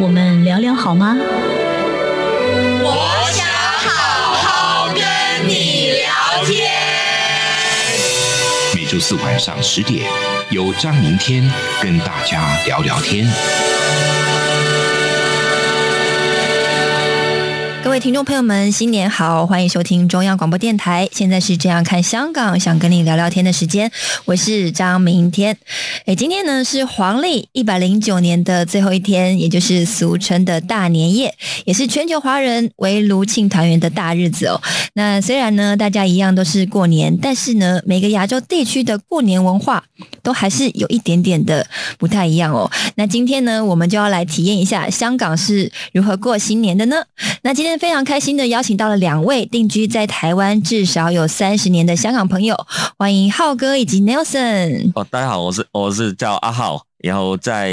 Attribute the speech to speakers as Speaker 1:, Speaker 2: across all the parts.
Speaker 1: 我们聊聊好吗？
Speaker 2: 我想好好跟你聊天。
Speaker 3: 每周四晚上十点，由张明天跟大家聊聊天。
Speaker 4: 各位听众朋友们，新年好！欢迎收听中央广播电台。现在是这样看香港，想跟你聊聊天的时间，我是张明天。哎，今天呢是黄历一百零九年的最后一天，也就是俗称的大年夜，也是全球华人围炉庆团圆的大日子哦。那虽然呢大家一样都是过年，但是呢每个亚洲地区的过年文化都还是有一点点的不太一样哦。那今天呢我们就要来体验一下香港是如何过新年的呢？那今天非常开心的邀请到了两位定居在台湾至少有三十年的香港朋友，欢迎浩哥以及 Nelson。
Speaker 5: 哦，大家好，我是我是叫阿浩，然后在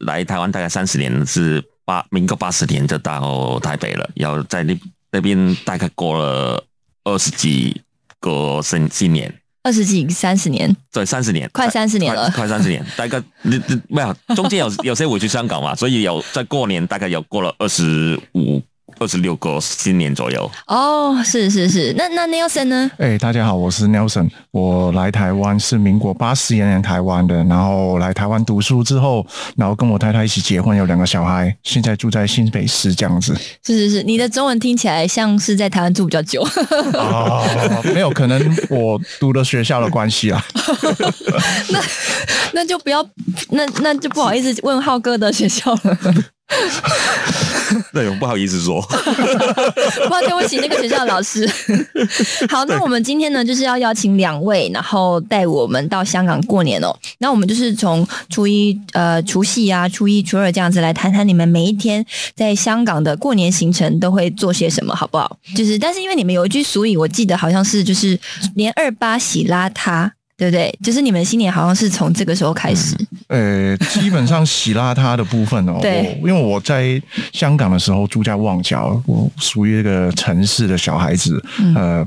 Speaker 5: 来台湾大概三十年，是八民国八十年就到台北了，然后在那那边大概过了二十几个新新年，
Speaker 4: 二十几、三十年，
Speaker 5: 对，三十年，
Speaker 4: 快30年了
Speaker 5: 快快三十年，大概你你没有中 间有有些我去香港嘛，所以有在过年大概有过了二十五、二十六个新年左右。
Speaker 4: 哦，是是是，那那 Nelson 呢？
Speaker 6: 哎、大家好，我是 Nelson，我来台湾是民国八十年台湾的，然后来台湾读书之后，然后跟我太太一起结婚，有两个小孩，现在住在新北市这样子。
Speaker 4: 是是是，你的中文听起来像是在台湾住比较久。
Speaker 6: 哦， 没有，可能我读的学校的关系啊。
Speaker 4: 那那就不要，那那就不好意思问浩哥的学校 了，
Speaker 5: 对，我不好意思 说，
Speaker 4: 抱歉，我请那个学校的老师。 好，那我们今天呢，就是要邀请两位，然后带我们到香港过年哦。那我们就是从初一呃除夕啊、初一、初二这样子来谈谈你们每一天在香港的过年行程都会做些什么，好不好？就是，但是因为你们有一句俗语，我记得好像是就是年二八洗邋遢。对不对？就是你们新年好像是从这个时候开始，
Speaker 6: 呃，基本上洗邋遢的部分哦，
Speaker 4: 对
Speaker 6: 我因为我在香港的时候住在旺角，我属于一个城市的小孩子，呃，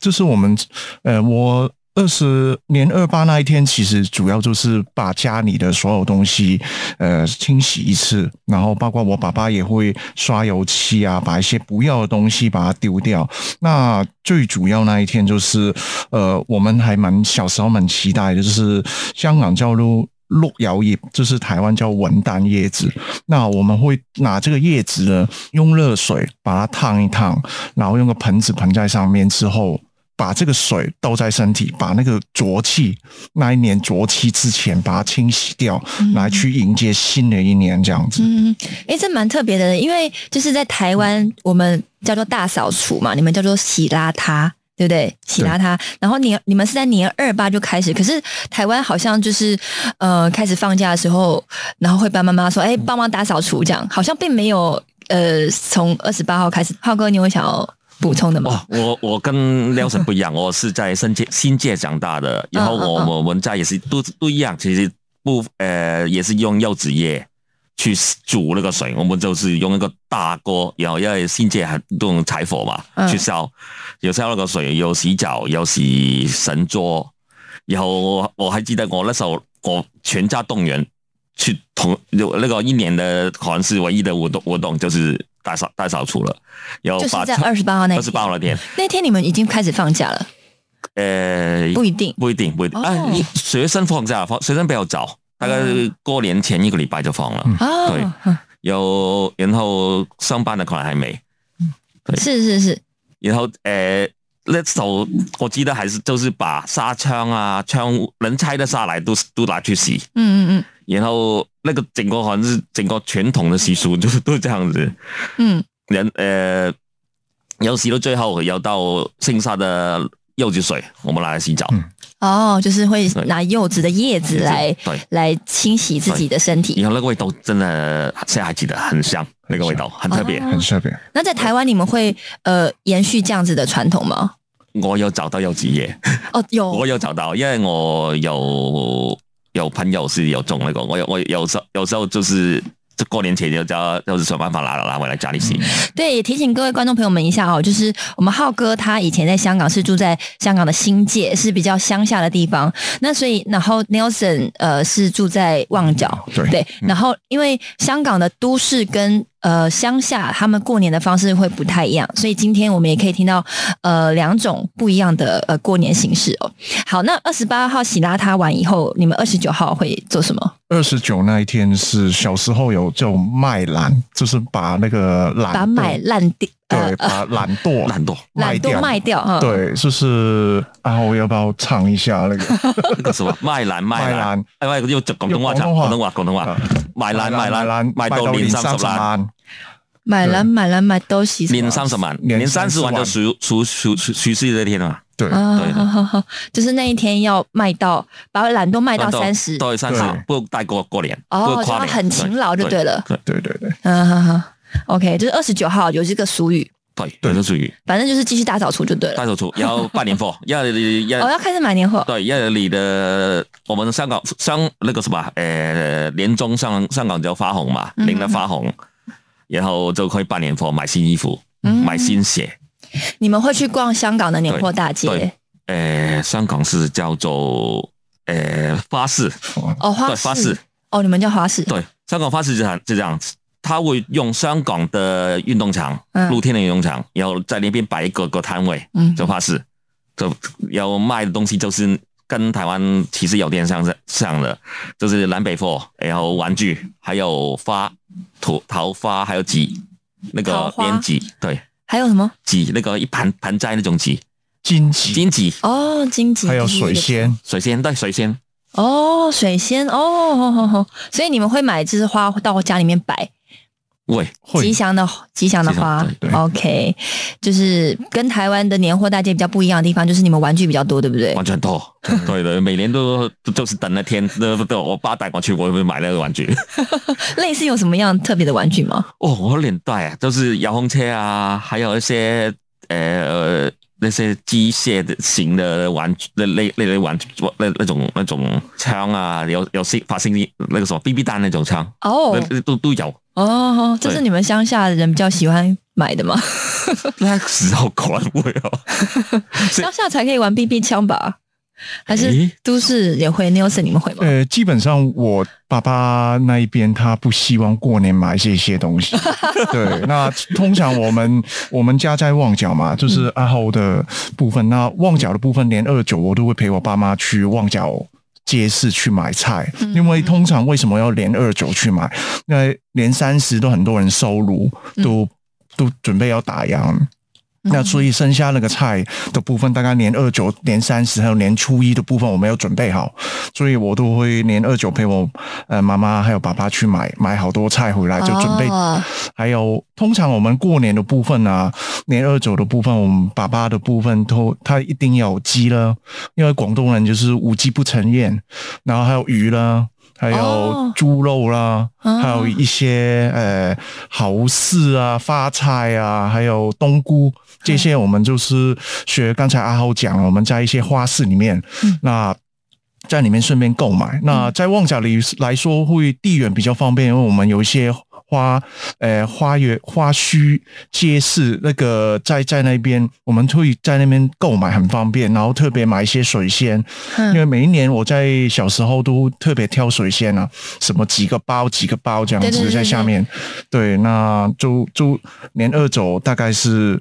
Speaker 6: 这是我们，呃，我二十年二八那一天，其实主要就是把家里的所有东西，呃，清洗一次，然后包括我爸爸也会刷油漆啊，把一些不要的东西把它丢掉，那最主要那一天就是，呃，我们还蛮小时候蛮期待的，就是香港叫做鹿摇叶，就是台湾叫文旦叶子。那我们会拿这个叶子呢，用热水把它烫一烫，然后用个盆子盆在上面之后。把这个水倒在身体，把那个浊气，那一年浊气之前把它清洗掉，来去迎接新的一年，这样子。
Speaker 4: 嗯，诶，这蛮特别的，因为就是在台湾，我们叫做大扫除嘛，你们叫做洗邋遢，对不对？洗邋遢，然后你你们是在年二八就开始，可是台湾好像就是呃开始放假的时候，然后会帮妈妈说，哎，
Speaker 5: 嗯
Speaker 4: 帮忙打扫除这样，好像并没有呃从二十八号开始。浩哥，你有想要补充的吗
Speaker 5: 哇？，哦我我跟廖神不一样，我是在新界新界长大的，然后我
Speaker 4: 嗯嗯嗯
Speaker 5: 我们家也是都都一样，其实不呃也是用柚子叶去煮那个水，我们就是用一个大锅，然后因为新界很多种柴火嘛，
Speaker 4: 嗯
Speaker 5: 去烧，有烧那个水，有洗脚，有洗神桌，然后我我还记得我那时候我全家动员去同有那个一年的好像是唯一的活动活动就是大扫大扫除了，然后
Speaker 4: 就是
Speaker 5: 哦把
Speaker 4: 在28号那
Speaker 5: 二十八号那天。
Speaker 4: 那天你们已经开始放假了，
Speaker 5: 呃，
Speaker 4: 不一定
Speaker 5: 不一定，不一定。
Speaker 4: 嗯哦
Speaker 5: 啊，你学生放假，放学生比较早，大概过年前一个礼拜就放了。对
Speaker 4: 哦，嗯
Speaker 5: 有，然后上班的可能还没。对
Speaker 4: 是是是，
Speaker 5: 然后呃，那时候我记得还是就是把纱窗啊、窗户能拆的纱来都都拿去洗，
Speaker 4: 嗯嗯
Speaker 5: 然后那个整个好像是整个传统的习俗就都这样子。
Speaker 4: 嗯
Speaker 5: 人呃，有时到最后有到剩下的柚子水，我们拿来洗澡。
Speaker 6: 嗯
Speaker 4: 哦，就是会拿柚子的叶子来
Speaker 5: 对
Speaker 4: 来清洗自己的身体。
Speaker 5: 然后那个味道真的现在还记得，很香，那个味道很特别。
Speaker 6: 很特别。
Speaker 4: 哦那在台湾，你们会呃延续这样子的传统吗？
Speaker 5: 我有找到柚子叶，
Speaker 4: 哦，有
Speaker 5: 我有找到，因为我有有朋友是有种那个，我有我有时候有时候就是。就过年前就叫，就是想办法拿拿回来家里洗。
Speaker 4: 对，也提醒各位观众朋友们一下哦，就是我们浩哥他以前在香港是住在香港的新界，是比较乡下的地方。那所以，然后 Nelson 呃是住在旺角，
Speaker 6: 对
Speaker 4: 然后因为香港的都市跟呃乡下，他们过年的方式会不太一样，所以今天我们也可以听到呃两种不一样的呃过年形式哦。好，那二十八号喜拉他完以后，你们二十九号会做什么？
Speaker 6: 二十九那一天是小时候有叫卖懒，就是把那个懒
Speaker 4: 把
Speaker 6: 惰
Speaker 4: 买烂地
Speaker 6: 啊 对，把懒惰
Speaker 5: 懒惰，
Speaker 4: 懒惰卖掉啊，嗯，
Speaker 6: 对，就是啊，我要不要唱一下那个
Speaker 5: 那个什么麦兰麦
Speaker 6: 麦
Speaker 5: 兰
Speaker 6: 蘭，
Speaker 5: 哎喂，要廣東話
Speaker 6: 要
Speaker 5: 廣
Speaker 6: 廣東話
Speaker 5: 東話廣東話
Speaker 6: 啊，
Speaker 5: 賣
Speaker 6: 買
Speaker 5: 蘭 賣蘭，賣到
Speaker 6: 年
Speaker 5: 年三十蘭，
Speaker 6: 萬
Speaker 4: 买蓝买蓝买都洗什么
Speaker 5: 年三十萬，
Speaker 6: 年
Speaker 5: 年三十萬就
Speaker 6: 三
Speaker 5: 除除除除除夕那天啊，
Speaker 6: 對，
Speaker 5: 对
Speaker 4: 啊，就是那一天要卖到把懒惰卖到三十，
Speaker 5: 對三十
Speaker 6: 對，
Speaker 5: 不過大過過年，不過，
Speaker 4: 哦就要
Speaker 5: 跨年
Speaker 4: 很勤勞就對了
Speaker 5: 對，
Speaker 6: 對對對，
Speaker 4: 嗯哈哈，OK，就是二十九號有這個俗語，
Speaker 5: 對對，都屬於
Speaker 4: 反正就是繼續大掃除就對了。
Speaker 5: 大掃除，然後拜年 貨，因為你因為
Speaker 4: 哦，呃要開始買年貨，
Speaker 5: 對，因為你的我們香港香那個什麼誒年中香香港就發紅嘛，
Speaker 4: 嗯
Speaker 5: 領了發紅，然後就可以拜年貨買新衣服，
Speaker 4: 嗯
Speaker 5: 買新鞋。
Speaker 4: 你們會去逛香港的年貨大街
Speaker 5: 對诶、呃香港是叫做诶、花市，
Speaker 4: 哦，花
Speaker 5: 對花市
Speaker 4: 市，哦，你們叫花市，
Speaker 5: 对，香港花市就就这样子，他会用香港的运动场
Speaker 4: 嗯，
Speaker 5: 露天的运动场，然后在那边摆一个个摊位，
Speaker 4: 嗯
Speaker 5: 就花市，就要卖的东西就是跟台湾其实有点像是像的，就是南北货，然后玩具，还有花土桃花，还有纸，那
Speaker 4: 桃
Speaker 5: 个
Speaker 4: 花
Speaker 5: 莲纸，对，
Speaker 4: 還有什麼？
Speaker 5: 纸那个一盘盆栽那种纸，
Speaker 6: 金鸡，
Speaker 5: 金纸，
Speaker 4: 哦，金桔，
Speaker 6: 还有水，仙，
Speaker 5: 水仙对水仙。
Speaker 4: 哦，水仙，哦，哦哦哦，所以你們會買就是花到家裡面擺，
Speaker 5: 喂，
Speaker 6: 会
Speaker 4: 吉祥的吉祥的花
Speaker 5: 吉祥
Speaker 6: 对对
Speaker 4: ，OK，就是跟台湾的年货大街比较不一样的地方，就是你们玩具比较多，对不对
Speaker 5: 完？全 多，对的，每年都都就是等那天，都都我爸带我去，我会买那个玩具。
Speaker 4: 类似有什么样特别的玩具吗？
Speaker 5: 哦，我连带啊，就是遥控车啊，还有一些呃那些机械的型的玩具，那那那类玩具那那种那种枪啊，有有些发生那个什么 BB 弹那种枪，
Speaker 4: 哦
Speaker 5: 那都都有。
Speaker 4: 哦，这是你们乡下的人比较喜欢买的吗？
Speaker 5: 那个时候 可能会哦，对
Speaker 4: 乡下才可以玩 BB 枪吧？还是
Speaker 5: 诶
Speaker 4: 都市也会 Nelson 你们会吗？
Speaker 6: 呃，基本上我爸爸那一边他不希望过年买这些 东西。对，那通常我们我们家在旺角嘛，就是阿豪的部分。那旺角的部分，连二九我都会陪我爸妈去旺角。街市去买菜，
Speaker 4: 嗯
Speaker 6: 因为通常为什么要连二九去买？因为连三十都很多人收炉，
Speaker 4: 嗯
Speaker 6: 都、都准备要打烊。那所以剩下那个菜的部分，大概年二九、年三十还有年初一的部分，我们要准备好。所以我都会年二九陪我呃妈妈还有爸爸去买买好多菜回来，啊就准备。
Speaker 4: 哦
Speaker 6: 还有通常我们过年的部分啊，年二九的部分，我们爸爸的部分都他一定要有鸡了，因为广东人就是无鸡不成宴。然后还有鱼啦，还有
Speaker 4: 哦
Speaker 6: 猪肉啦，
Speaker 4: 哦
Speaker 6: 还有一些呃蚝豉啊、发菜啊，还有冬菇这些，我们就是学刚才阿豪讲，我们在一些花市里面，那。在里面顺便购买。那在旺角里来说，会地缘比较方便，因为我们有一些花，呃，花园、花墟、街市，那个在在那边，我们会在那边购买，很方便。然后特别买一些水仙，
Speaker 4: 嗯
Speaker 6: 因为每一年我在小时候都特别挑水仙啊，什么几个包几个包这样
Speaker 4: 对对
Speaker 6: 子
Speaker 4: 对
Speaker 6: 在下面。对，那就就年二走大概是，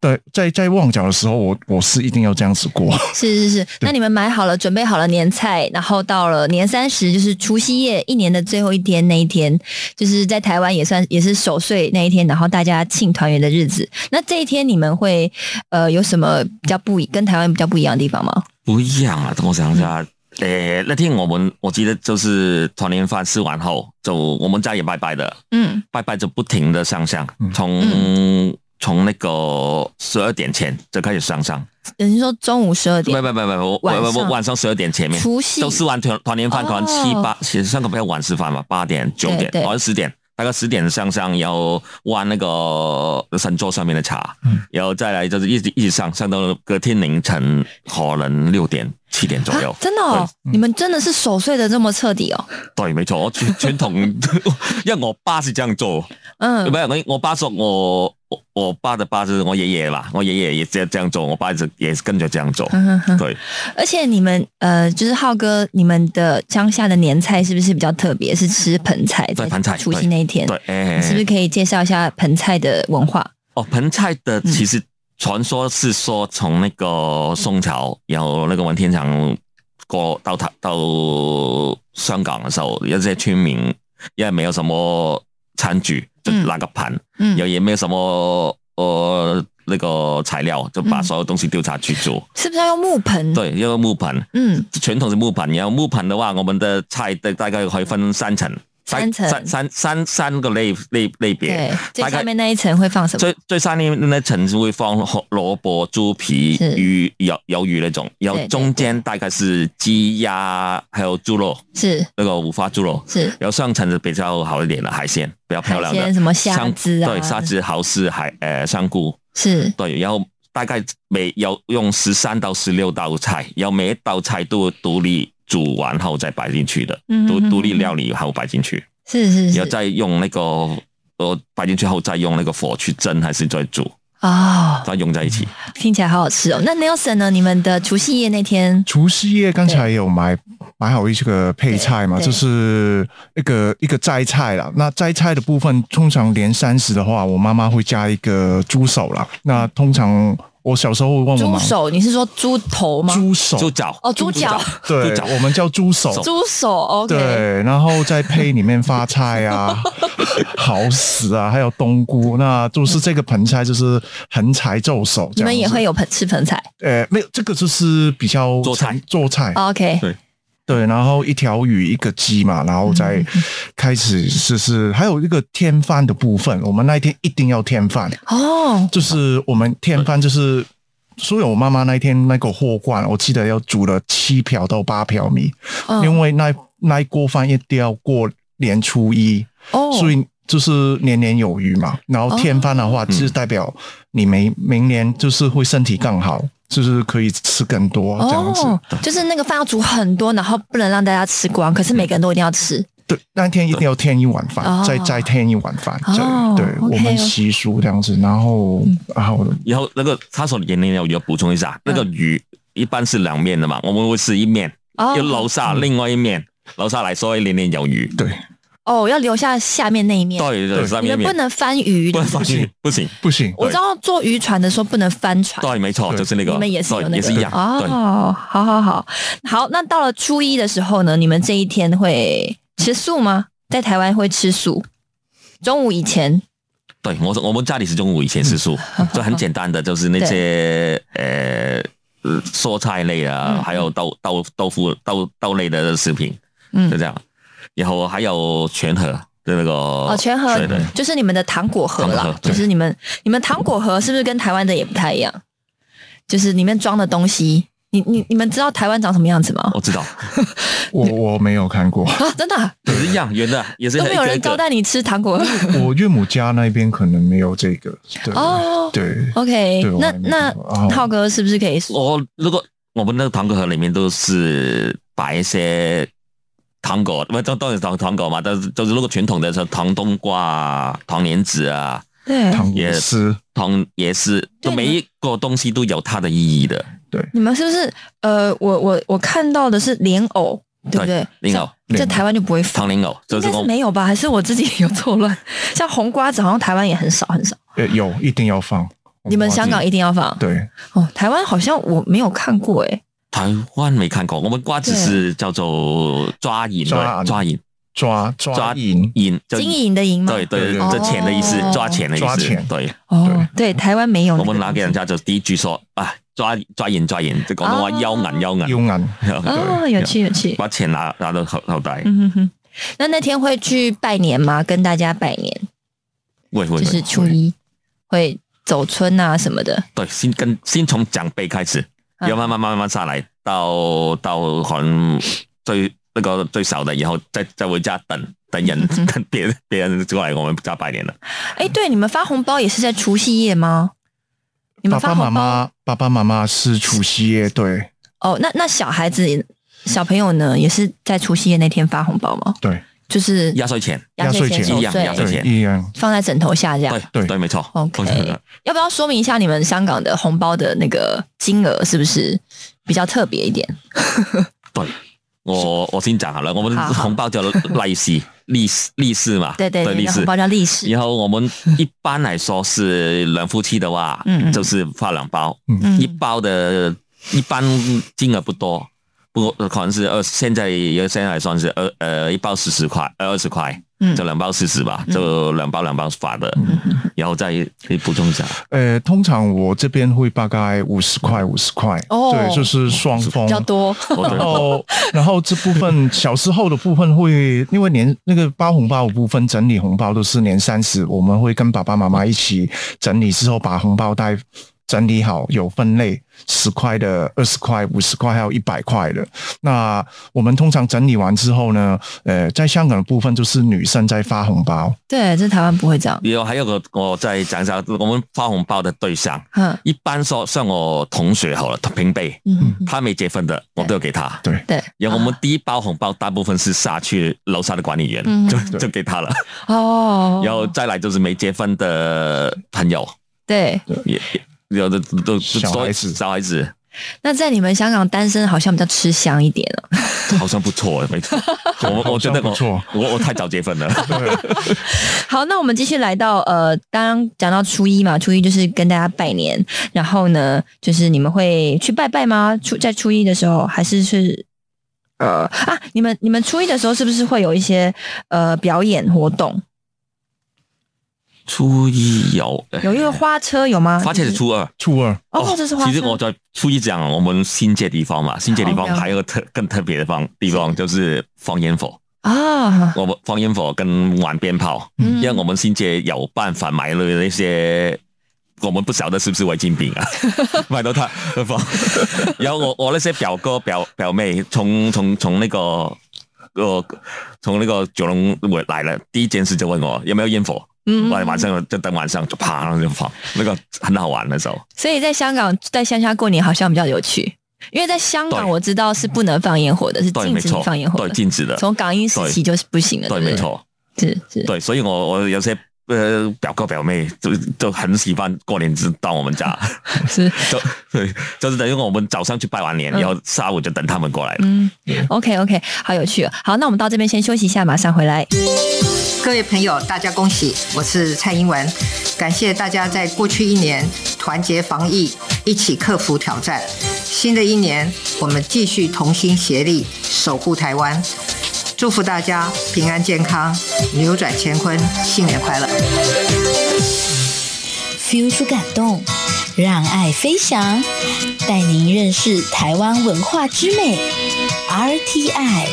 Speaker 6: 对，在在旺角的时候，我我是一定要这样子过。
Speaker 4: 是是是，那你们买好了，准备好了年菜，然后到了年三十，就是除夕夜，一年的最后一天那一天，就是在台湾也算也是守岁那一天，然后大家庆团圆的日子。那这一天你们会呃有什么比较不一跟台湾比较不一样的地方吗？
Speaker 5: 不一样啊！等我想一下，诶、那天我们我记得就是团年饭吃完后，就我们家也拜拜的，
Speaker 4: 嗯，
Speaker 5: 拜拜就不停的上香
Speaker 6: 嗯，
Speaker 5: 从从那个十二点前就开始上上，
Speaker 4: 有嗯人说中午十二
Speaker 5: 不不
Speaker 4: 点，
Speaker 5: 不不，我
Speaker 4: 晚
Speaker 5: 我
Speaker 4: 上
Speaker 5: 我晚上十二点前面，
Speaker 4: 除夕
Speaker 5: 都吃完团团年饭，
Speaker 4: 哦
Speaker 5: 可能七八，其实香港比较晚吃饭嘛，八点九点
Speaker 4: 对对
Speaker 5: 好像十点，大概十点上上，然后玩那个神桌上面的茶，然后再来就是一直一直上上到隔天凌晨可能六点七点左右
Speaker 4: 啊，真的哦，你们真的是守岁的这么彻底哦，
Speaker 5: 对，没错，我传 传统， 因为我爸是这样做。
Speaker 4: 嗯
Speaker 5: 不，是我我爸说我我我爸的爸是我爷爷啦，我爷爷也这这样做，我爸也是也是跟着这样做。
Speaker 4: 嗯哼哼
Speaker 5: 对，
Speaker 4: 而且你们呃，就是浩哥，你们的乡下的年菜是不是比较特别？是吃盆菜，
Speaker 5: 对盆菜
Speaker 4: 除夕
Speaker 5: 对
Speaker 4: 那一天，
Speaker 5: 对，哎、
Speaker 4: 嗯你是不是可以介绍一下盆菜的文化？
Speaker 5: 哦，盆菜的
Speaker 4: 嗯
Speaker 5: 其实传说是说从那个宋朝，然后那个文天祥过到他到香港的时候，有些村民因为没有什么餐具，就
Speaker 4: 嗯
Speaker 5: 拿个盘，
Speaker 4: 嗯
Speaker 5: 然后也没有什么呃那个材料，就把
Speaker 4: 嗯
Speaker 5: 所有东西丢下去做。
Speaker 4: 是不是要用木盆？，
Speaker 5: 对，用木盆。
Speaker 4: 嗯，
Speaker 5: 传统是木盆，然后木盆的话，我们的菜的大概可以分三层，
Speaker 4: 三层
Speaker 5: 三三三三个类类类别
Speaker 4: 对，，最
Speaker 5: 大
Speaker 4: 下
Speaker 5: 概
Speaker 4: 面那一层会放什么？
Speaker 5: 最最上面那层是会放萝卜、猪皮
Speaker 4: 是、
Speaker 5: 鱼、鱿鱿鱼那种，然后
Speaker 4: 对对
Speaker 5: 中间大概是鸡鸭还有猪肉，
Speaker 4: 是
Speaker 5: 那个五花猪肉，
Speaker 4: 是
Speaker 5: 然后上层是比较好一点的海鲜，比较漂亮
Speaker 4: 海鲜
Speaker 5: 的，
Speaker 4: 什么虾
Speaker 5: 香
Speaker 4: 子啊
Speaker 5: 对，虾子、蚝丝、海呃香菇，
Speaker 4: 是，
Speaker 5: 对，然后大概每有用十三到十六道菜，然后每一道菜都独立煮完后再摆进去的，
Speaker 4: 嗯
Speaker 5: 独
Speaker 4: 嗯嗯
Speaker 5: 独立料理后摆进去，
Speaker 4: 是是
Speaker 5: 然后
Speaker 4: 是
Speaker 5: 再用那个呃摆进去后再用那个火去蒸还是再煮，
Speaker 4: 哦，
Speaker 5: 再用在一起。
Speaker 6: 嗯
Speaker 4: 听起来好好吃哦。那 Nelson 呢？你们的除夕夜那天，
Speaker 6: 除夕夜刚才有买买好一些个配菜嘛，
Speaker 4: 对对
Speaker 6: 就是一个一个斋菜啦。那斋菜的部分，通常年三十的话，我妈妈会加一个猪手啦。那通常我小时候会问我
Speaker 4: 猪
Speaker 6: 妈，
Speaker 4: 手，你是说猪头吗？
Speaker 6: 猪手，
Speaker 5: 猪脚
Speaker 4: 哦，猪脚，
Speaker 6: 对
Speaker 5: 猪脚，
Speaker 6: 我们叫猪手，
Speaker 4: 猪手，OK，
Speaker 6: 对，然后再配里面发菜 啊、蚝丝啊，还有冬菇，那就是这个盆菜就是横财就手。
Speaker 4: 你们也会？有盆吃盆菜
Speaker 6: 呃，没有，这个就是比较
Speaker 5: 做菜
Speaker 6: 做菜
Speaker 4: ，OK，
Speaker 6: 对，然后一条鱼一个鸡嘛，然后再开始就是还有一个添饭的部分，我们那一天一定要添饭，
Speaker 4: 哦，
Speaker 6: 就是我们添饭就是。所以我妈妈那一天那个货罐，我记得要煮了七瓢到八瓢米，
Speaker 4: 嗯
Speaker 6: 因为那那一锅饭一定要过年初一，
Speaker 4: 哦，
Speaker 6: 所以就是年年有余嘛。然后添饭的话，就是代表你明明年就是会身体更好，就是可以吃更多这样子。
Speaker 4: 哦，就是那个饭要煮很多，然后不能让大家吃光，可是每个人都一定要吃。
Speaker 6: 对，那天一定要添一碗
Speaker 4: 哦
Speaker 6: 饭，再再添一碗饭，这
Speaker 4: 哦
Speaker 6: 样对
Speaker 4: OK，嗯
Speaker 6: 我们习俗这样子。然后，然后
Speaker 5: 然后那个他说年龄要要补充一下，那个鱼一般是两面的嘛，我们会吃一面，
Speaker 4: 哦
Speaker 5: 要留下另外一面，留下来所谓年年有余。
Speaker 6: 对，
Speaker 4: 哦，要留下下面那一面，
Speaker 5: 对对，
Speaker 6: 对
Speaker 5: 上
Speaker 4: 嗯你
Speaker 5: 面
Speaker 4: 们
Speaker 5: 面
Speaker 4: 不能翻鱼
Speaker 5: 不
Speaker 4: 的
Speaker 5: 能。放弃，不行。
Speaker 6: 不行，
Speaker 4: 我知道坐渔船的时候不能翻船，
Speaker 5: 对，没错，
Speaker 6: 对
Speaker 5: 就是那个，
Speaker 4: 你们也是有
Speaker 5: 对
Speaker 4: 那个
Speaker 5: 也是一样。对，
Speaker 4: 哦，好好好好。那到了初一的时候呢，你们这一天会吃素吗？在台湾会吃素，中午以前
Speaker 5: 对我我们家里是中午以前吃 素，就很简单的，就是那些呃呃蔬菜类啊，还有豆豆豆腐豆豆类的食品，
Speaker 4: 嗯
Speaker 5: 就这样。然后还有全盒的那个
Speaker 4: 哦，
Speaker 5: 哦
Speaker 4: 全盒
Speaker 5: 对对
Speaker 4: 就是你们的糖果盒
Speaker 5: 糖
Speaker 4: 啦
Speaker 5: 果盒，对
Speaker 4: 就是你们你们糖果盒是不是跟台湾的也不太一样？就是里面装的东西，你你你们知道台湾长什么样子吗？
Speaker 5: 我知 道，
Speaker 6: 我我没有看过。
Speaker 4: 啊，真的啊、
Speaker 5: 也是一样圆的，哦也是一
Speaker 4: 都没有
Speaker 5: 个一
Speaker 4: 人招
Speaker 5: 个。
Speaker 4: 待你吃糖 果盒
Speaker 6: 我岳母家那边可能没有这个，对，
Speaker 4: 哦。
Speaker 6: 对，
Speaker 4: OK，
Speaker 6: 对我
Speaker 4: 那
Speaker 6: 还没
Speaker 4: 那
Speaker 6: 看过哦
Speaker 4: 浩哥是不是可以说？
Speaker 5: 我如果我们那个糖果盒里面都是摆一些糖果，不当当然糖糖果嘛，但是就是如果传统的是糖冬瓜啊、糖莲子啊、
Speaker 4: 对，
Speaker 6: 糖果丝，
Speaker 5: 糖也是，
Speaker 4: 对
Speaker 5: 就每一个东西都有它的意义的。
Speaker 4: 你们是不是呃，我我我看到的是莲藕，对不对？
Speaker 5: 莲藕
Speaker 4: 像在台湾就不会
Speaker 5: 糖
Speaker 4: 放，
Speaker 5: 莲藕就
Speaker 4: 应
Speaker 5: 是
Speaker 4: 该是
Speaker 5: 我
Speaker 4: 没有吧？还是我自己有错乱？ 像红瓜子，好像台湾也很少很少，
Speaker 6: 呃，有一定要放。
Speaker 4: 你们香港一定要放
Speaker 6: 对，
Speaker 4: 哦。台湾好像我没有看过诶、
Speaker 5: 台湾没看过，我们瓜子是叫做抓银，
Speaker 6: 抓
Speaker 5: 对抓银
Speaker 6: 抓抓银，
Speaker 5: 银，就
Speaker 4: 金银的银吗？
Speaker 5: 对对，
Speaker 6: 对
Speaker 5: 这
Speaker 6: 对
Speaker 5: 钱的意思
Speaker 4: 哦，
Speaker 5: 抓钱的意
Speaker 6: 抓
Speaker 5: 思
Speaker 6: 钱，
Speaker 5: 对。
Speaker 4: 哦，对，台湾没有那
Speaker 5: 我
Speaker 4: 个东
Speaker 5: 们
Speaker 4: 西。
Speaker 5: 拿给人家就第一句說啊，抓抓人抓人，就廣東話
Speaker 4: 啊
Speaker 5: 幽銀幽銀，
Speaker 6: 幽银，
Speaker 4: 哦，有趣有趣。
Speaker 5: 把錢拿拿到口口袋，
Speaker 4: 嗯哼哼。那那天会去拜年吗？跟大家拜年，
Speaker 5: 喂喂
Speaker 4: 就是
Speaker 5: 喂，
Speaker 4: 初一会走村啊什么的。
Speaker 5: 对，先跟先从长辈开始，
Speaker 4: 嗯
Speaker 5: 要慢慢慢慢下来，到到很最那个最少的，以后再再回家等等人，
Speaker 4: 嗯
Speaker 5: 等 别人别人过来我们家拜年了。
Speaker 4: 哎，对，你们发红包也是在除夕夜吗？你们发
Speaker 6: 爸爸
Speaker 4: 红包
Speaker 6: 妈妈，爸爸妈妈是除夕夜，对
Speaker 4: 哦，那那小孩子、小朋友呢，也是在除夕夜那天发红包吗？
Speaker 6: 对
Speaker 4: 就是
Speaker 5: 压岁钱
Speaker 4: 压岁钱
Speaker 6: 压岁钱
Speaker 4: 守
Speaker 5: 一样
Speaker 4: 岁
Speaker 5: 压岁
Speaker 6: 对
Speaker 5: 钱，
Speaker 6: 一样。
Speaker 4: 放在枕头下这样
Speaker 5: 对。
Speaker 6: 对
Speaker 5: 对，没错。
Speaker 4: OK，要不要说明一下你们香港的红包的那个金额是不是比较特别一点？
Speaker 5: 对，我我先讲好了，我们
Speaker 4: 好好
Speaker 5: 红包叫利是，利是利是嘛，
Speaker 4: 对对对，
Speaker 5: 利
Speaker 4: 那个
Speaker 5: 是
Speaker 4: 红。包叫利是。
Speaker 5: 然后我们一般来说是两夫妻的话，
Speaker 4: 嗯嗯
Speaker 5: 就是发两包，
Speaker 4: 嗯
Speaker 5: 一包的一般金额不多，不过可能是二，现在现在来算是二呃一包四十块，呃二十块，
Speaker 4: 嗯
Speaker 5: 就两包四十吧，就两包两包发的，然后再再补充一下，
Speaker 6: 呃，通常我这边会大概五十块，五十块，
Speaker 4: 哦
Speaker 6: 对，就是双峰
Speaker 4: 比较多，
Speaker 5: 我
Speaker 6: 然
Speaker 4: 哦
Speaker 6: 后，然后这部分小时候的部分会，因为年那个包红包的部分整理红包都是年三十，我们会跟爸爸妈妈一起整理之后，把红包袋整理好，有分类，十块的、二十块、五十块，还有一百块的。那我们通常整理完之后呢，呃，在香港的部分就是女生在发红包，
Speaker 4: 对，这台湾不会这样。
Speaker 5: 然后还有个我再讲一下，我们发红包的对象，
Speaker 4: 嗯
Speaker 5: 一般说像我同学好了，平辈，
Speaker 4: 嗯，
Speaker 5: 他没结婚的，我都有给他。
Speaker 4: 对，
Speaker 5: 然后我们第一包红包大部分是下去楼下的管理员，
Speaker 4: 嗯
Speaker 5: 就就给他了。
Speaker 4: 哦，
Speaker 5: 然后再来就是没结婚的朋友，
Speaker 4: 对，
Speaker 5: 也也有的都都
Speaker 6: 小孩子
Speaker 5: 小孩子
Speaker 4: 那在你们香港单身好像比较吃香一点了。
Speaker 5: 好像不错，没错。我我觉得
Speaker 6: 好像不
Speaker 5: 我
Speaker 6: 错
Speaker 5: 我我太早结婚了，
Speaker 4: 好，那我们继续来到呃，刚刚讲到初一嘛，初一就是跟大家拜年，然后呢，就是你们会去拜拜吗？初在初一的时候，还是是呃啊，你们你们初一的时候是不是会有一些呃表演活动？
Speaker 5: 初一有，
Speaker 4: 有一个花车有吗？
Speaker 5: 发现是初二。
Speaker 6: 初二
Speaker 4: 哦，或者是花车。
Speaker 5: 其实我在初一讲我们新界地方嘛，新界地方
Speaker 4: OK
Speaker 5: 还有个特更特别的方地方就是放烟火。
Speaker 4: 啊，
Speaker 5: 我们放烟火跟玩鞭炮，
Speaker 4: 嗯
Speaker 5: 因为我们新界有办法买了那些，我们不晓得是不是违禁品 啊，买到它放。然后我我那些表哥表表妹从从从那个呃从那个九龙我来了，第一件事就问我有没有烟火。
Speaker 4: 嗯
Speaker 5: 晚晚上就等晚上就啪然后就放，那个很好玩那时候。
Speaker 4: 所以在香港在乡下过年好像比较有趣，因为在香港
Speaker 5: 对
Speaker 4: 我知道是不能放烟火的，是
Speaker 5: 对，
Speaker 4: 禁
Speaker 5: 没
Speaker 4: 止
Speaker 5: 错，
Speaker 4: 放烟火
Speaker 5: 对，
Speaker 4: 的。
Speaker 5: 禁止的。
Speaker 4: 从港英时期就是不行的，
Speaker 5: 对，
Speaker 4: 不
Speaker 5: 没错。
Speaker 4: 是是。
Speaker 5: 对，所以我我有些呃表哥表妹就就很喜欢过年之到我们家，
Speaker 4: 是
Speaker 5: 就对，就是等于我们早上去拜完年，
Speaker 4: 嗯
Speaker 5: 然后下午就等他们过来了。
Speaker 4: 嗯，OK OK，好有趣、哦。好，那我们到这边先休息一下，马上回来。
Speaker 7: 各位朋友，大家恭喜！我是蔡英文，感谢大家在过去一年团结防疫，一起克服挑战。新的一年，我们继续同心协力守护台湾。祝福大家平安健康，扭转乾坤，新年快乐！
Speaker 1: feel 出感动，让爱飞翔，带您认识台湾文化之美。RTI。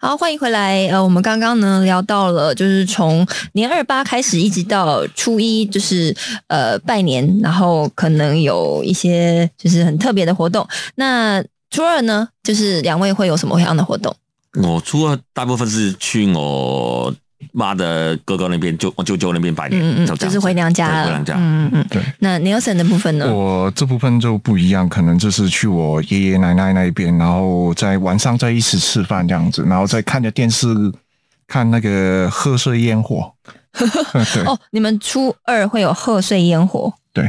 Speaker 4: 好，欢迎回来。呃，我们刚刚呢聊到了，就是从年二八开始，一直到初一，就是呃拜年，然后可能有一些就是很特别的活动。那初二呢，就是两位会有什么样的活动？
Speaker 5: 我初二大部分是去我妈的哥哥那边，就我舅舅那边拜年，
Speaker 4: 嗯嗯
Speaker 5: 就
Speaker 4: 嗯，
Speaker 5: 这
Speaker 4: 就
Speaker 5: 样
Speaker 4: 是回娘家
Speaker 5: 对
Speaker 4: 了。
Speaker 5: 回娘家。
Speaker 4: 嗯嗯嗯
Speaker 6: 对。
Speaker 4: 那 Nelson 的部分呢？
Speaker 6: 我这部分就不一样，可能就是去我爷爷奶奶那边，然后在晚上在一起吃饭这样子，然后再看着电视看那个贺岁烟 火。对
Speaker 4: 哦，你们初二会有贺岁烟火。
Speaker 6: 对，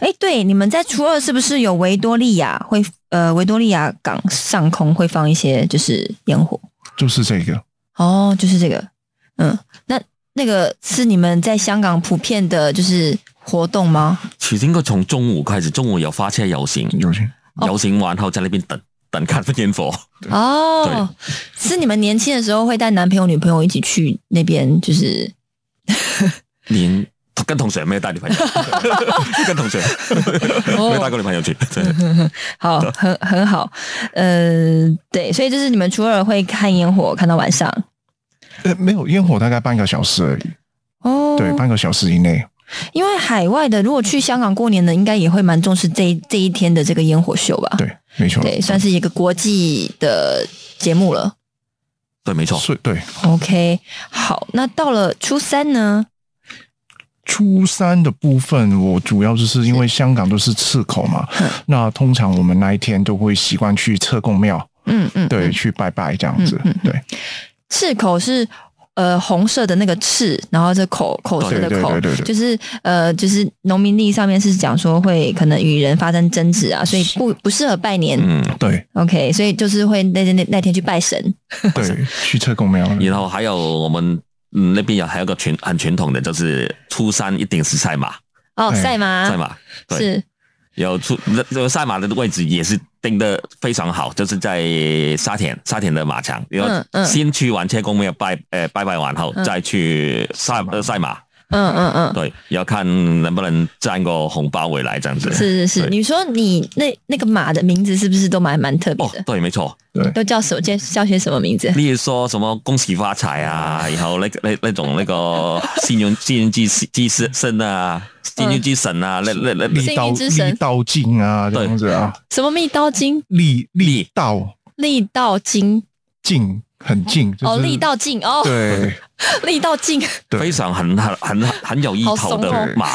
Speaker 4: 哎，对，你们在初二是不是有维多利亚会呃维多利亚港上空会放一些就是烟火？
Speaker 6: 就是这个。
Speaker 4: 哦，就是这个，嗯，那那个是你们在香港普遍的就是活动吗？
Speaker 5: 其实应该从中午开始，中午有花车游行，
Speaker 6: 有些
Speaker 5: 游行完后在那边等等看烟火。
Speaker 4: 哦，是你们年轻的时候会带男朋友女朋友一起去那边，就是
Speaker 5: 连跟同学没有带女 朋友，跟同学没有带过女朋友去。对
Speaker 4: 好，很很好，呃，对，所以就是你们初二会看烟火，看到晚上。
Speaker 6: 呃没有烟火，大概半个小时而已，
Speaker 4: 哦，
Speaker 6: 对，半个小时以内。
Speaker 4: 因为海外的如果去香港过年的，应该也会蛮重视这一这一天的这个烟火秀吧？
Speaker 6: 对，没错，
Speaker 4: 对，算是一个国际的节目了。
Speaker 5: 对，没错，
Speaker 6: 是，对。
Speaker 4: OK，好，那到了初三呢？
Speaker 6: 初三的部分，我主要就是因为香港都是赤口嘛，
Speaker 4: 嗯
Speaker 6: 那通常我们那一天都会习惯去侧贡庙，
Speaker 4: 嗯嗯，
Speaker 6: 对，去拜拜这样子，对，
Speaker 4: 赤口是呃红色的那个赤，然后这口口舌的口，
Speaker 6: 哦对对对对对
Speaker 4: 就是呃就是农民历上面是讲说会可能与人发生争执啊，所以不不适合拜年。
Speaker 5: 嗯，
Speaker 6: 对
Speaker 4: OK，所以就是会那那那天去拜神。
Speaker 6: 对，去侧贡庙，
Speaker 5: 然后还有我们嗯那边有还有个传很传统的，就是初三一定是赛马，
Speaker 4: 哦，
Speaker 6: 哎
Speaker 4: 赛马，
Speaker 5: 赛马对
Speaker 4: 是
Speaker 5: 有出那这个赛马的位置也是定的非常好，就是在沙田沙田的马场，然
Speaker 4: 嗯嗯
Speaker 5: 后先去完车公庙拜呃拜拜完后
Speaker 4: 嗯，
Speaker 5: 再去赛呃赛马，
Speaker 4: 嗯嗯嗯，
Speaker 5: 对，要看能不能赚个红包回来这样子。
Speaker 4: 是是是。
Speaker 5: 对
Speaker 4: 你说你那那个马的名字是不是都蛮蛮特别
Speaker 5: 哦
Speaker 4: 的？，
Speaker 5: 对，没错，
Speaker 6: 对，
Speaker 4: 都叫什么叫叫些什么名字？
Speaker 5: 例如说什么恭喜发财啊，然后那个那那种那个 信用信用之之神
Speaker 4: 嗯
Speaker 5: 啊，信用之神啊，那那那那
Speaker 6: 力道
Speaker 4: 幸运之神
Speaker 6: 力道劲啊，这样子啊，
Speaker 4: 什么蜜刀精、
Speaker 6: 力力道
Speaker 4: 力道精？
Speaker 6: 劲很劲，就是
Speaker 4: 哦，力道劲哦，
Speaker 6: 对，
Speaker 4: 力道劲，
Speaker 6: 对
Speaker 5: 非常很很很很有意
Speaker 4: 好
Speaker 5: 头
Speaker 4: 怂哦
Speaker 5: 的马，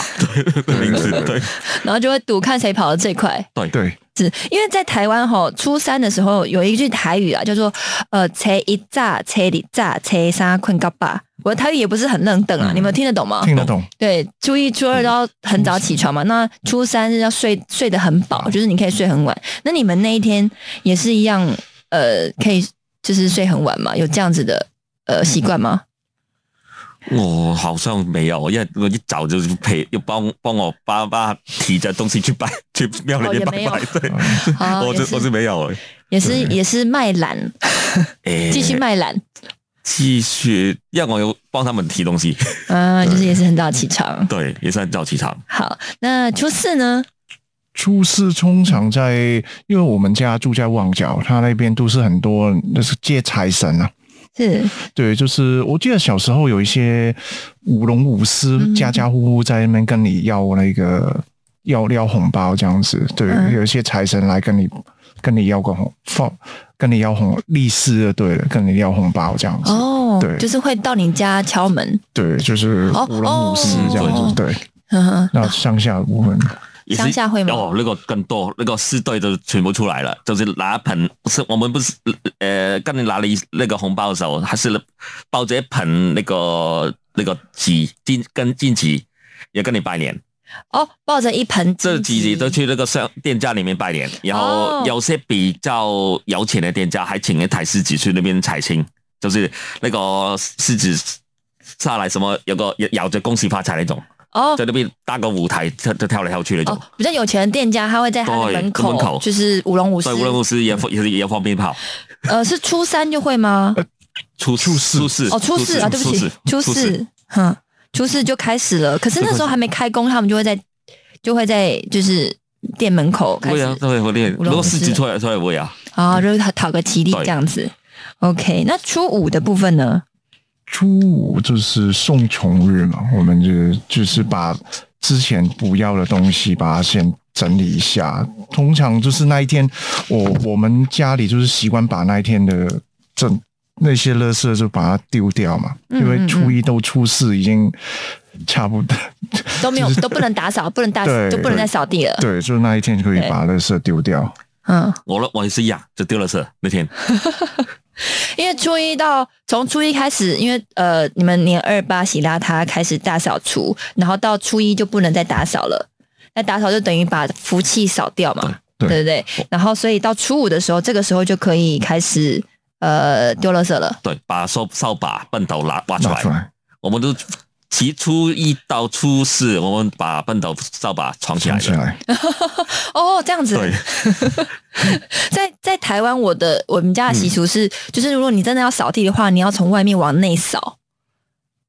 Speaker 5: 对名字，对
Speaker 4: 然后就会赌看谁跑得最快。
Speaker 6: 对
Speaker 4: 是因为在台湾吼，初三的时候有一句台语啊，叫做呃“车一炸，车里炸，车三困高吧”。我的台语也不是很愣
Speaker 5: 嗯
Speaker 4: 等啊，你们听得哦懂吗？
Speaker 6: 听得懂，
Speaker 4: 对，初一、初二都要很早
Speaker 5: 嗯
Speaker 4: 起床嘛，那初三是要睡睡得很饱，就是你可以睡很晚。那你们那一天也是一样，呃，可以就是睡很晚嘛？有这样子的呃习惯吗？
Speaker 5: 我好像没有，因为我一早就是陪，又帮帮我爸爸提着东西去拜 去庙里面
Speaker 4: 哦也没
Speaker 5: 拜拜，
Speaker 4: 有
Speaker 5: 对，
Speaker 4: 啊，
Speaker 5: 我
Speaker 4: 也
Speaker 5: 是我是
Speaker 4: 是
Speaker 5: 没有，
Speaker 4: 也是也是卖懒，
Speaker 5: 哎
Speaker 4: 继续卖懒，
Speaker 5: 继续，因为我有帮他们提东西，
Speaker 4: 啊，就是也是很早起床。
Speaker 5: 对，也是很早起床，
Speaker 4: 好，那初四呢？
Speaker 6: 初四通常在，因为我们家住在旺角，他那边都是很多那是接财神啊。
Speaker 4: 是
Speaker 6: 对，就是我记得小时候有一些舞龙舞狮
Speaker 4: 嗯，
Speaker 6: 家家户户在那边跟你要那个要要红包这样子。对，
Speaker 4: 嗯
Speaker 6: 有一些财神来跟你跟你要个红放，跟你要红利是的，对了，跟你要红包这样子。
Speaker 4: 哦，
Speaker 6: 对
Speaker 4: 就是会到你家敲门，
Speaker 6: 对，就是
Speaker 4: 哦
Speaker 6: 舞龙舞狮这样子。
Speaker 4: 哦
Speaker 6: 对，
Speaker 4: 呵呵，
Speaker 6: 那上下部分，
Speaker 5: 也是
Speaker 4: 乡下会吗
Speaker 5: 哦，那个更多，那个四队都全部出来了，就是拿盆，是我们不是呃，跟你拿了一那个红包的时候，还是抱着一盆那个那个纸金跟金纸，也跟你拜年。
Speaker 4: 哦，抱着一盆
Speaker 5: 这
Speaker 4: 金
Speaker 5: 几集
Speaker 4: 桔
Speaker 5: 都去那个商店家里面拜年，然
Speaker 4: 哦
Speaker 5: 后有些比较有钱的店家还请了台狮子去那边采青，就是那个狮子下来什么有个咬着恭喜发财那种，
Speaker 4: 哦
Speaker 5: 在那边搭个舞台，跳就跳来跳去那种
Speaker 4: 哦。，比较有钱的店家他会在他的
Speaker 5: 对
Speaker 4: 门
Speaker 5: 门口
Speaker 4: 就是舞龙舞狮
Speaker 5: 所以，无论公司也放也是也放鞭炮，
Speaker 4: 呃，是初三就会吗？
Speaker 5: 初初四初四
Speaker 4: 哦，初四啊，对不起，初四，哼，初四就开始了。可是那时候还没开工，他们就会在就会在就是店门口开
Speaker 5: 会啊
Speaker 4: 始，
Speaker 5: 对会练。
Speaker 4: 舞
Speaker 5: 如
Speaker 4: 龙舞
Speaker 5: 果
Speaker 4: 狮
Speaker 5: 狮子出来出来会啊，
Speaker 4: 啊，就是讨讨个吉利
Speaker 5: 对
Speaker 4: 这样子。OK，那初五的部分呢？
Speaker 6: 初五就是送穷日嘛，我们就就是把之前不要的东西把它先整理一下。通常就是那一天，我我们家里就是习惯把那一天的整那些垃圾就把它丢掉嘛，
Speaker 4: 嗯
Speaker 6: 因为初一到初四已经差不多，
Speaker 4: 都没有，都不能打扫，不能打，
Speaker 6: 对
Speaker 4: 就不能再扫地了。
Speaker 6: 对，就那一天可以把垃圾丢掉。
Speaker 4: 嗯，
Speaker 5: 我呢我也是一样，就丢了色那天，
Speaker 4: 因为初一到从初一开始，因为呃，你们年二八洗邋遢开始大扫除，然后到初一就不能再打扫了。那打扫就等于把福气扫掉嘛，
Speaker 6: 对
Speaker 4: 对不对？然后所以到初五的时候，这个时候就可以开始呃丢垃圾了。
Speaker 5: 对，把扫扫把笨斗拿挖出
Speaker 6: 拿
Speaker 5: 来
Speaker 6: 出，来，
Speaker 5: 我们都其初一到初四，我们把笨斗扫把藏起来
Speaker 6: 藏起
Speaker 5: 的。
Speaker 6: 来，
Speaker 4: 哦，这样子。
Speaker 5: 对，
Speaker 4: 在在台湾，我的我们家的习俗是，
Speaker 5: 嗯
Speaker 4: 就是如果你真的要扫地的话，你要从外面往内扫，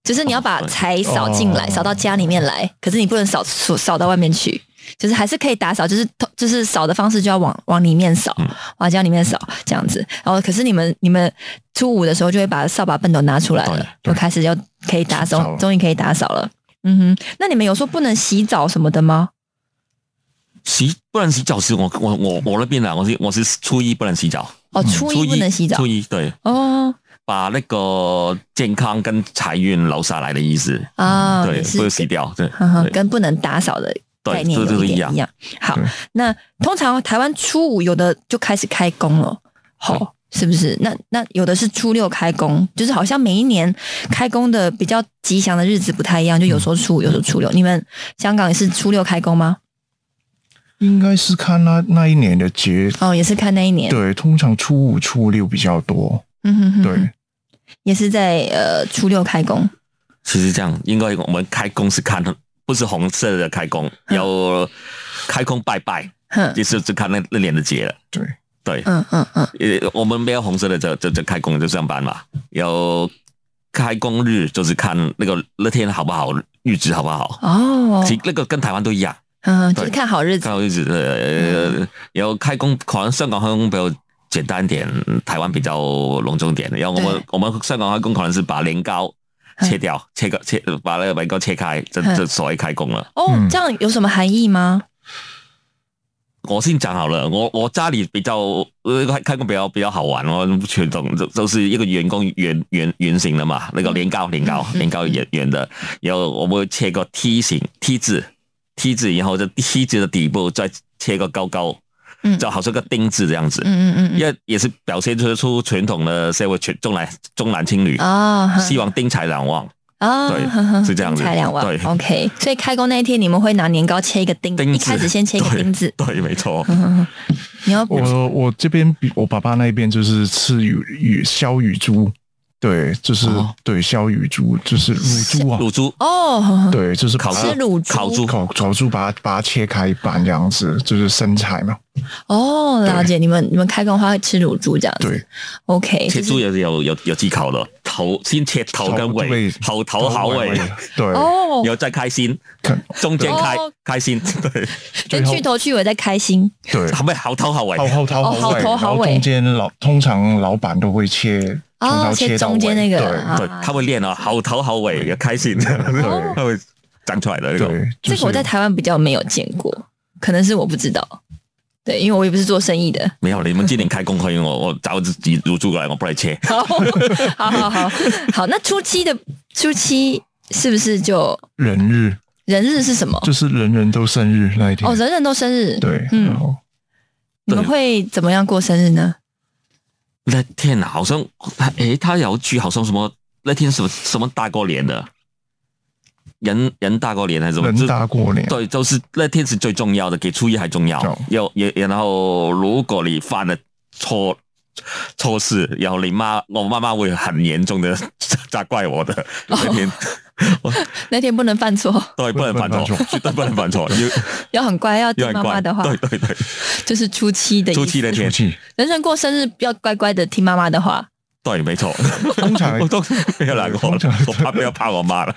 Speaker 4: 就是你要把
Speaker 5: 哦对
Speaker 4: 财扫进来，
Speaker 6: 哦
Speaker 4: 扫到家里面来，可是你不能扫扫
Speaker 5: 嗯
Speaker 4: 扫到外面去。就是还是可以打扫，就是就是扫的方式就要往往里面扫，
Speaker 5: 嗯
Speaker 4: 往家里面扫这样子。然后可是你们你们
Speaker 5: 哦
Speaker 4: 初五的时候就会把扫把畚斗拿出来了，就
Speaker 6: 对
Speaker 4: 开始要可以打
Speaker 6: 扫
Speaker 4: 扫，
Speaker 6: 了
Speaker 4: 终于可以打扫了。嗯哼，那你们有说不能洗澡什么的吗？
Speaker 5: 洗不能洗澡是我我我我那边啊，我是我是初一不能洗澡。
Speaker 4: 哦，初一不能洗澡。
Speaker 5: 嗯初一对。
Speaker 4: 哦，
Speaker 5: 把那个健康跟财运留下来的意思
Speaker 4: 啊
Speaker 5: 嗯对，
Speaker 4: 是
Speaker 5: 不能洗掉，对
Speaker 4: 呵呵，
Speaker 5: 对
Speaker 4: 跟不能打扫的概念
Speaker 5: 对这
Speaker 4: 有
Speaker 5: 都
Speaker 4: 一
Speaker 5: 一
Speaker 4: 点
Speaker 5: 样
Speaker 4: 一样。好
Speaker 5: 对，
Speaker 4: 那通常台湾初五有的就开始开工了，好，是不是？那那有的是初六开工，就是好像每一年开工的比较吉祥的日子不太一样，就有时候初五，有时候初
Speaker 5: 嗯
Speaker 4: 六。你们香港也是初六开工吗？
Speaker 6: 应该是看那那一年的节，
Speaker 4: 哦，也是看那一年。，
Speaker 6: 对，通常初五、初六比较多，
Speaker 4: 嗯哼哼，
Speaker 6: 对，，
Speaker 4: 也是在呃初六开工。
Speaker 5: 其实这样，应该我们开工是看不是红色的开工，
Speaker 4: 嗯
Speaker 5: 要开工拜拜，
Speaker 4: 哼，
Speaker 5: 就是就看那那年的节了。
Speaker 6: 对
Speaker 5: 对，
Speaker 4: 嗯嗯嗯，
Speaker 5: 呃，我们没有红色的就就就开工就上班嘛。有开工日就是看那个那天好不好，日子好不好。
Speaker 4: 哦，
Speaker 5: 其实那个跟台湾都一样，
Speaker 4: 嗯，就是
Speaker 5: 对
Speaker 4: 看好日子
Speaker 5: 看好日子。呃，然后开工可能香港开工比较简单一点，台湾比较隆重一点。然后我们
Speaker 4: 对
Speaker 5: 我们香港开工可能是把年糕切掉，切个切把那个年糕切开，这
Speaker 4: 嗯
Speaker 5: 这所谓开工了。
Speaker 4: 哦，
Speaker 6: 嗯
Speaker 4: 这样有什么含义吗？
Speaker 5: 我先讲好了，我我家里比较呃开开工比较比较好玩哦，传统都都是一个员工圆圆圆形的嘛，那个年
Speaker 4: 嗯
Speaker 5: 糕年糕年糕圆圆的，然后我们会切个梯形梯字梯字，然后这梯字的底部再切个高高
Speaker 4: 嗯，
Speaker 5: 就好像个丁字这样子，
Speaker 4: 嗯嗯嗯
Speaker 5: 也也是表现出出传统的社会传重男重男轻女
Speaker 4: 嗯，，哦，哼
Speaker 5: 希望丁财两旺，
Speaker 4: 啊，
Speaker 5: 对
Speaker 4: 呵 呵
Speaker 5: 是这样子
Speaker 4: 才两万，
Speaker 5: 对
Speaker 4: o k 所以开工那一天，你们会拿年糕切一个钉，
Speaker 5: 丁
Speaker 4: 一
Speaker 5: 字
Speaker 4: 开始先切一个
Speaker 5: 对
Speaker 4: 钉子。
Speaker 5: 对，没错，
Speaker 4: 嗯哼哼 你要
Speaker 6: 我我这边比我爸爸那边就是吃乳乳消乳猪，对，就是、
Speaker 5: 哦
Speaker 6: 对消乳猪，就是乳猪啊，
Speaker 5: 乳猪
Speaker 4: 哦，呵呵
Speaker 6: 对，就是
Speaker 5: 烤
Speaker 4: 吃
Speaker 5: 猪
Speaker 4: 乳猪
Speaker 5: 烤猪
Speaker 6: 烤烤猪把它把它切开一半这样子，就是身材嘛，
Speaker 4: 哦，了解。你们你们开工的话会吃乳猪这样子
Speaker 6: 对，
Speaker 4: ，OK？
Speaker 5: 切
Speaker 4: 就是
Speaker 5: 猪也是有有有技巧的，头先切头跟尾，头头好尾，
Speaker 6: 对，
Speaker 4: 哦
Speaker 5: 然，后再开心，
Speaker 6: 看
Speaker 5: 中间开
Speaker 4: 哦
Speaker 5: 开心，对，
Speaker 4: 跟
Speaker 6: 最后
Speaker 4: 哎去头去尾在开心
Speaker 6: 对。
Speaker 5: 好不好头好尾，
Speaker 6: 好好头
Speaker 4: 哦好
Speaker 6: 尾，
Speaker 4: 头
Speaker 6: 然
Speaker 4: 好
Speaker 6: 后
Speaker 4: 尾
Speaker 6: 中间老通常老板都会切，从
Speaker 4: 哦
Speaker 6: 头，
Speaker 4: 切
Speaker 6: 到
Speaker 4: 中间
Speaker 6: 尾
Speaker 4: 那个
Speaker 6: 对
Speaker 4: 啊哦
Speaker 5: 对，他会练啊，好头好尾也开 心，他会长出来的那个。
Speaker 6: 对，就
Speaker 4: 这
Speaker 6: 是
Speaker 4: 个我在台湾比较没有见过，可能是我不知道。对，因为我也不是做生意的。
Speaker 5: 没有，你们今年开工可以，我我找自己乳猪过来，我不来切。
Speaker 4: 好，好好好好。那初七的初七是不是就
Speaker 6: 人日，
Speaker 4: 人日是什么？
Speaker 6: 就是人人都生日那一天。
Speaker 4: 哦，人人都生日。
Speaker 6: 对，
Speaker 4: 嗯
Speaker 6: 然，后
Speaker 4: 你们
Speaker 5: 对
Speaker 4: 会怎么样过生日呢？
Speaker 5: 那天啊，好像诶，他有一句好像什么那天什么什么大过年的，人人大过年还是什么？
Speaker 6: 人大过年，
Speaker 5: 对，就是那天是最重要的，给初一还重要
Speaker 6: 哦。
Speaker 5: 要也然后，如果你犯了错错事，然后你妈我妈妈会很严重的责怪我的。
Speaker 6: 哦
Speaker 5: 那天、
Speaker 4: 那天不能犯错，
Speaker 5: 对不能犯错
Speaker 6: 不能犯，
Speaker 5: 绝对不能犯 错，要
Speaker 4: 要很乖，要听
Speaker 5: 要
Speaker 4: 妈
Speaker 5: 很
Speaker 4: 妈
Speaker 5: 乖。
Speaker 4: 的话，
Speaker 5: 对对对，
Speaker 4: 就是初七的意思
Speaker 5: 初七那天，
Speaker 6: 天气
Speaker 4: 人人过生日要乖乖的听妈妈的话。
Speaker 5: 对，没错。
Speaker 6: 通 常
Speaker 5: 我都不要难过，
Speaker 6: 通常
Speaker 5: 我怕不要怕我妈了。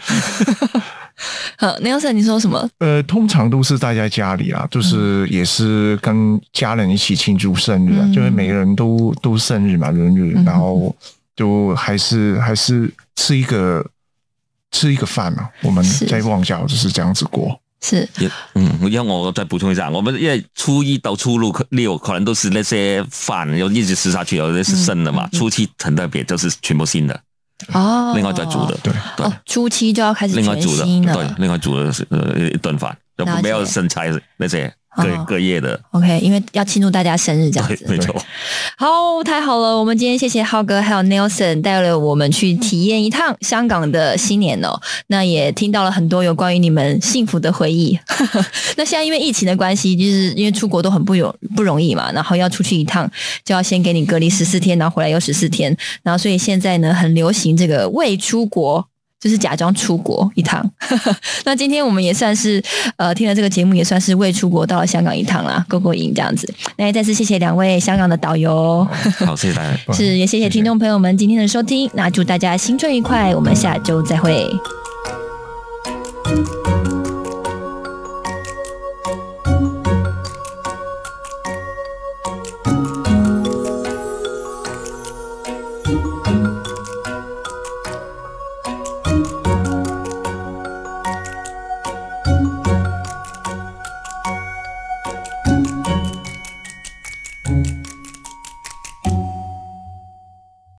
Speaker 4: 呃，Nelson，你说什么？
Speaker 6: 呃，通常都是待在家里
Speaker 4: 嗯
Speaker 6: 啦，就是也是跟家人一起庆祝生日啊，
Speaker 4: 嗯
Speaker 6: 就是每个人都都生日嘛，人日
Speaker 4: 嗯，
Speaker 6: 然后就还是还是吃一个吃一个饭嘛，我们
Speaker 4: 是
Speaker 6: 在旺角就是这样子过。
Speaker 4: 是
Speaker 5: 也嗯，因为我再补充一下，我们因为初一到初六可六可能都是那些饭，然后一直吃下去，有些是剩
Speaker 4: 嗯
Speaker 5: 的嘛。初七很特别，就是全部新的，
Speaker 4: 哦，
Speaker 5: 嗯另外再煮的。
Speaker 6: 对，
Speaker 5: 对
Speaker 4: 哦，初七就要开始
Speaker 5: 另外
Speaker 4: 全
Speaker 5: 煮的，
Speaker 4: 新
Speaker 5: 对
Speaker 4: 了，。
Speaker 5: 另外煮的是呃一顿饭，就
Speaker 4: 了解
Speaker 5: 没有剩菜那些
Speaker 4: 哦
Speaker 5: 各各夜的，
Speaker 4: OK，因为要庆祝大家生日这样
Speaker 5: 对，没
Speaker 4: 子。
Speaker 5: 错，
Speaker 4: 好，太好了！我们今天谢谢浩哥还有 Nelson 带了我们去体验一趟香港的新年哦。那也听到了很多有关于你们幸福的回忆。 那现在因为疫情的关系，就是因为出国都很不容不容易嘛，然后要出去一趟就要先给你隔离十四天，然后回来又十四天，然后所以现在呢很流行这个未出国。就是假装出国一趟， 那今天我们也算是呃听了这个节目，也算是未出国到了香港一趟啦，过过瘾这样子。那也再次谢谢两位香港的导游，
Speaker 5: 好，谢谢大家。
Speaker 4: 是哦也谢谢听众朋友们今天的收听，那祝大家新春愉快，我们下周再会。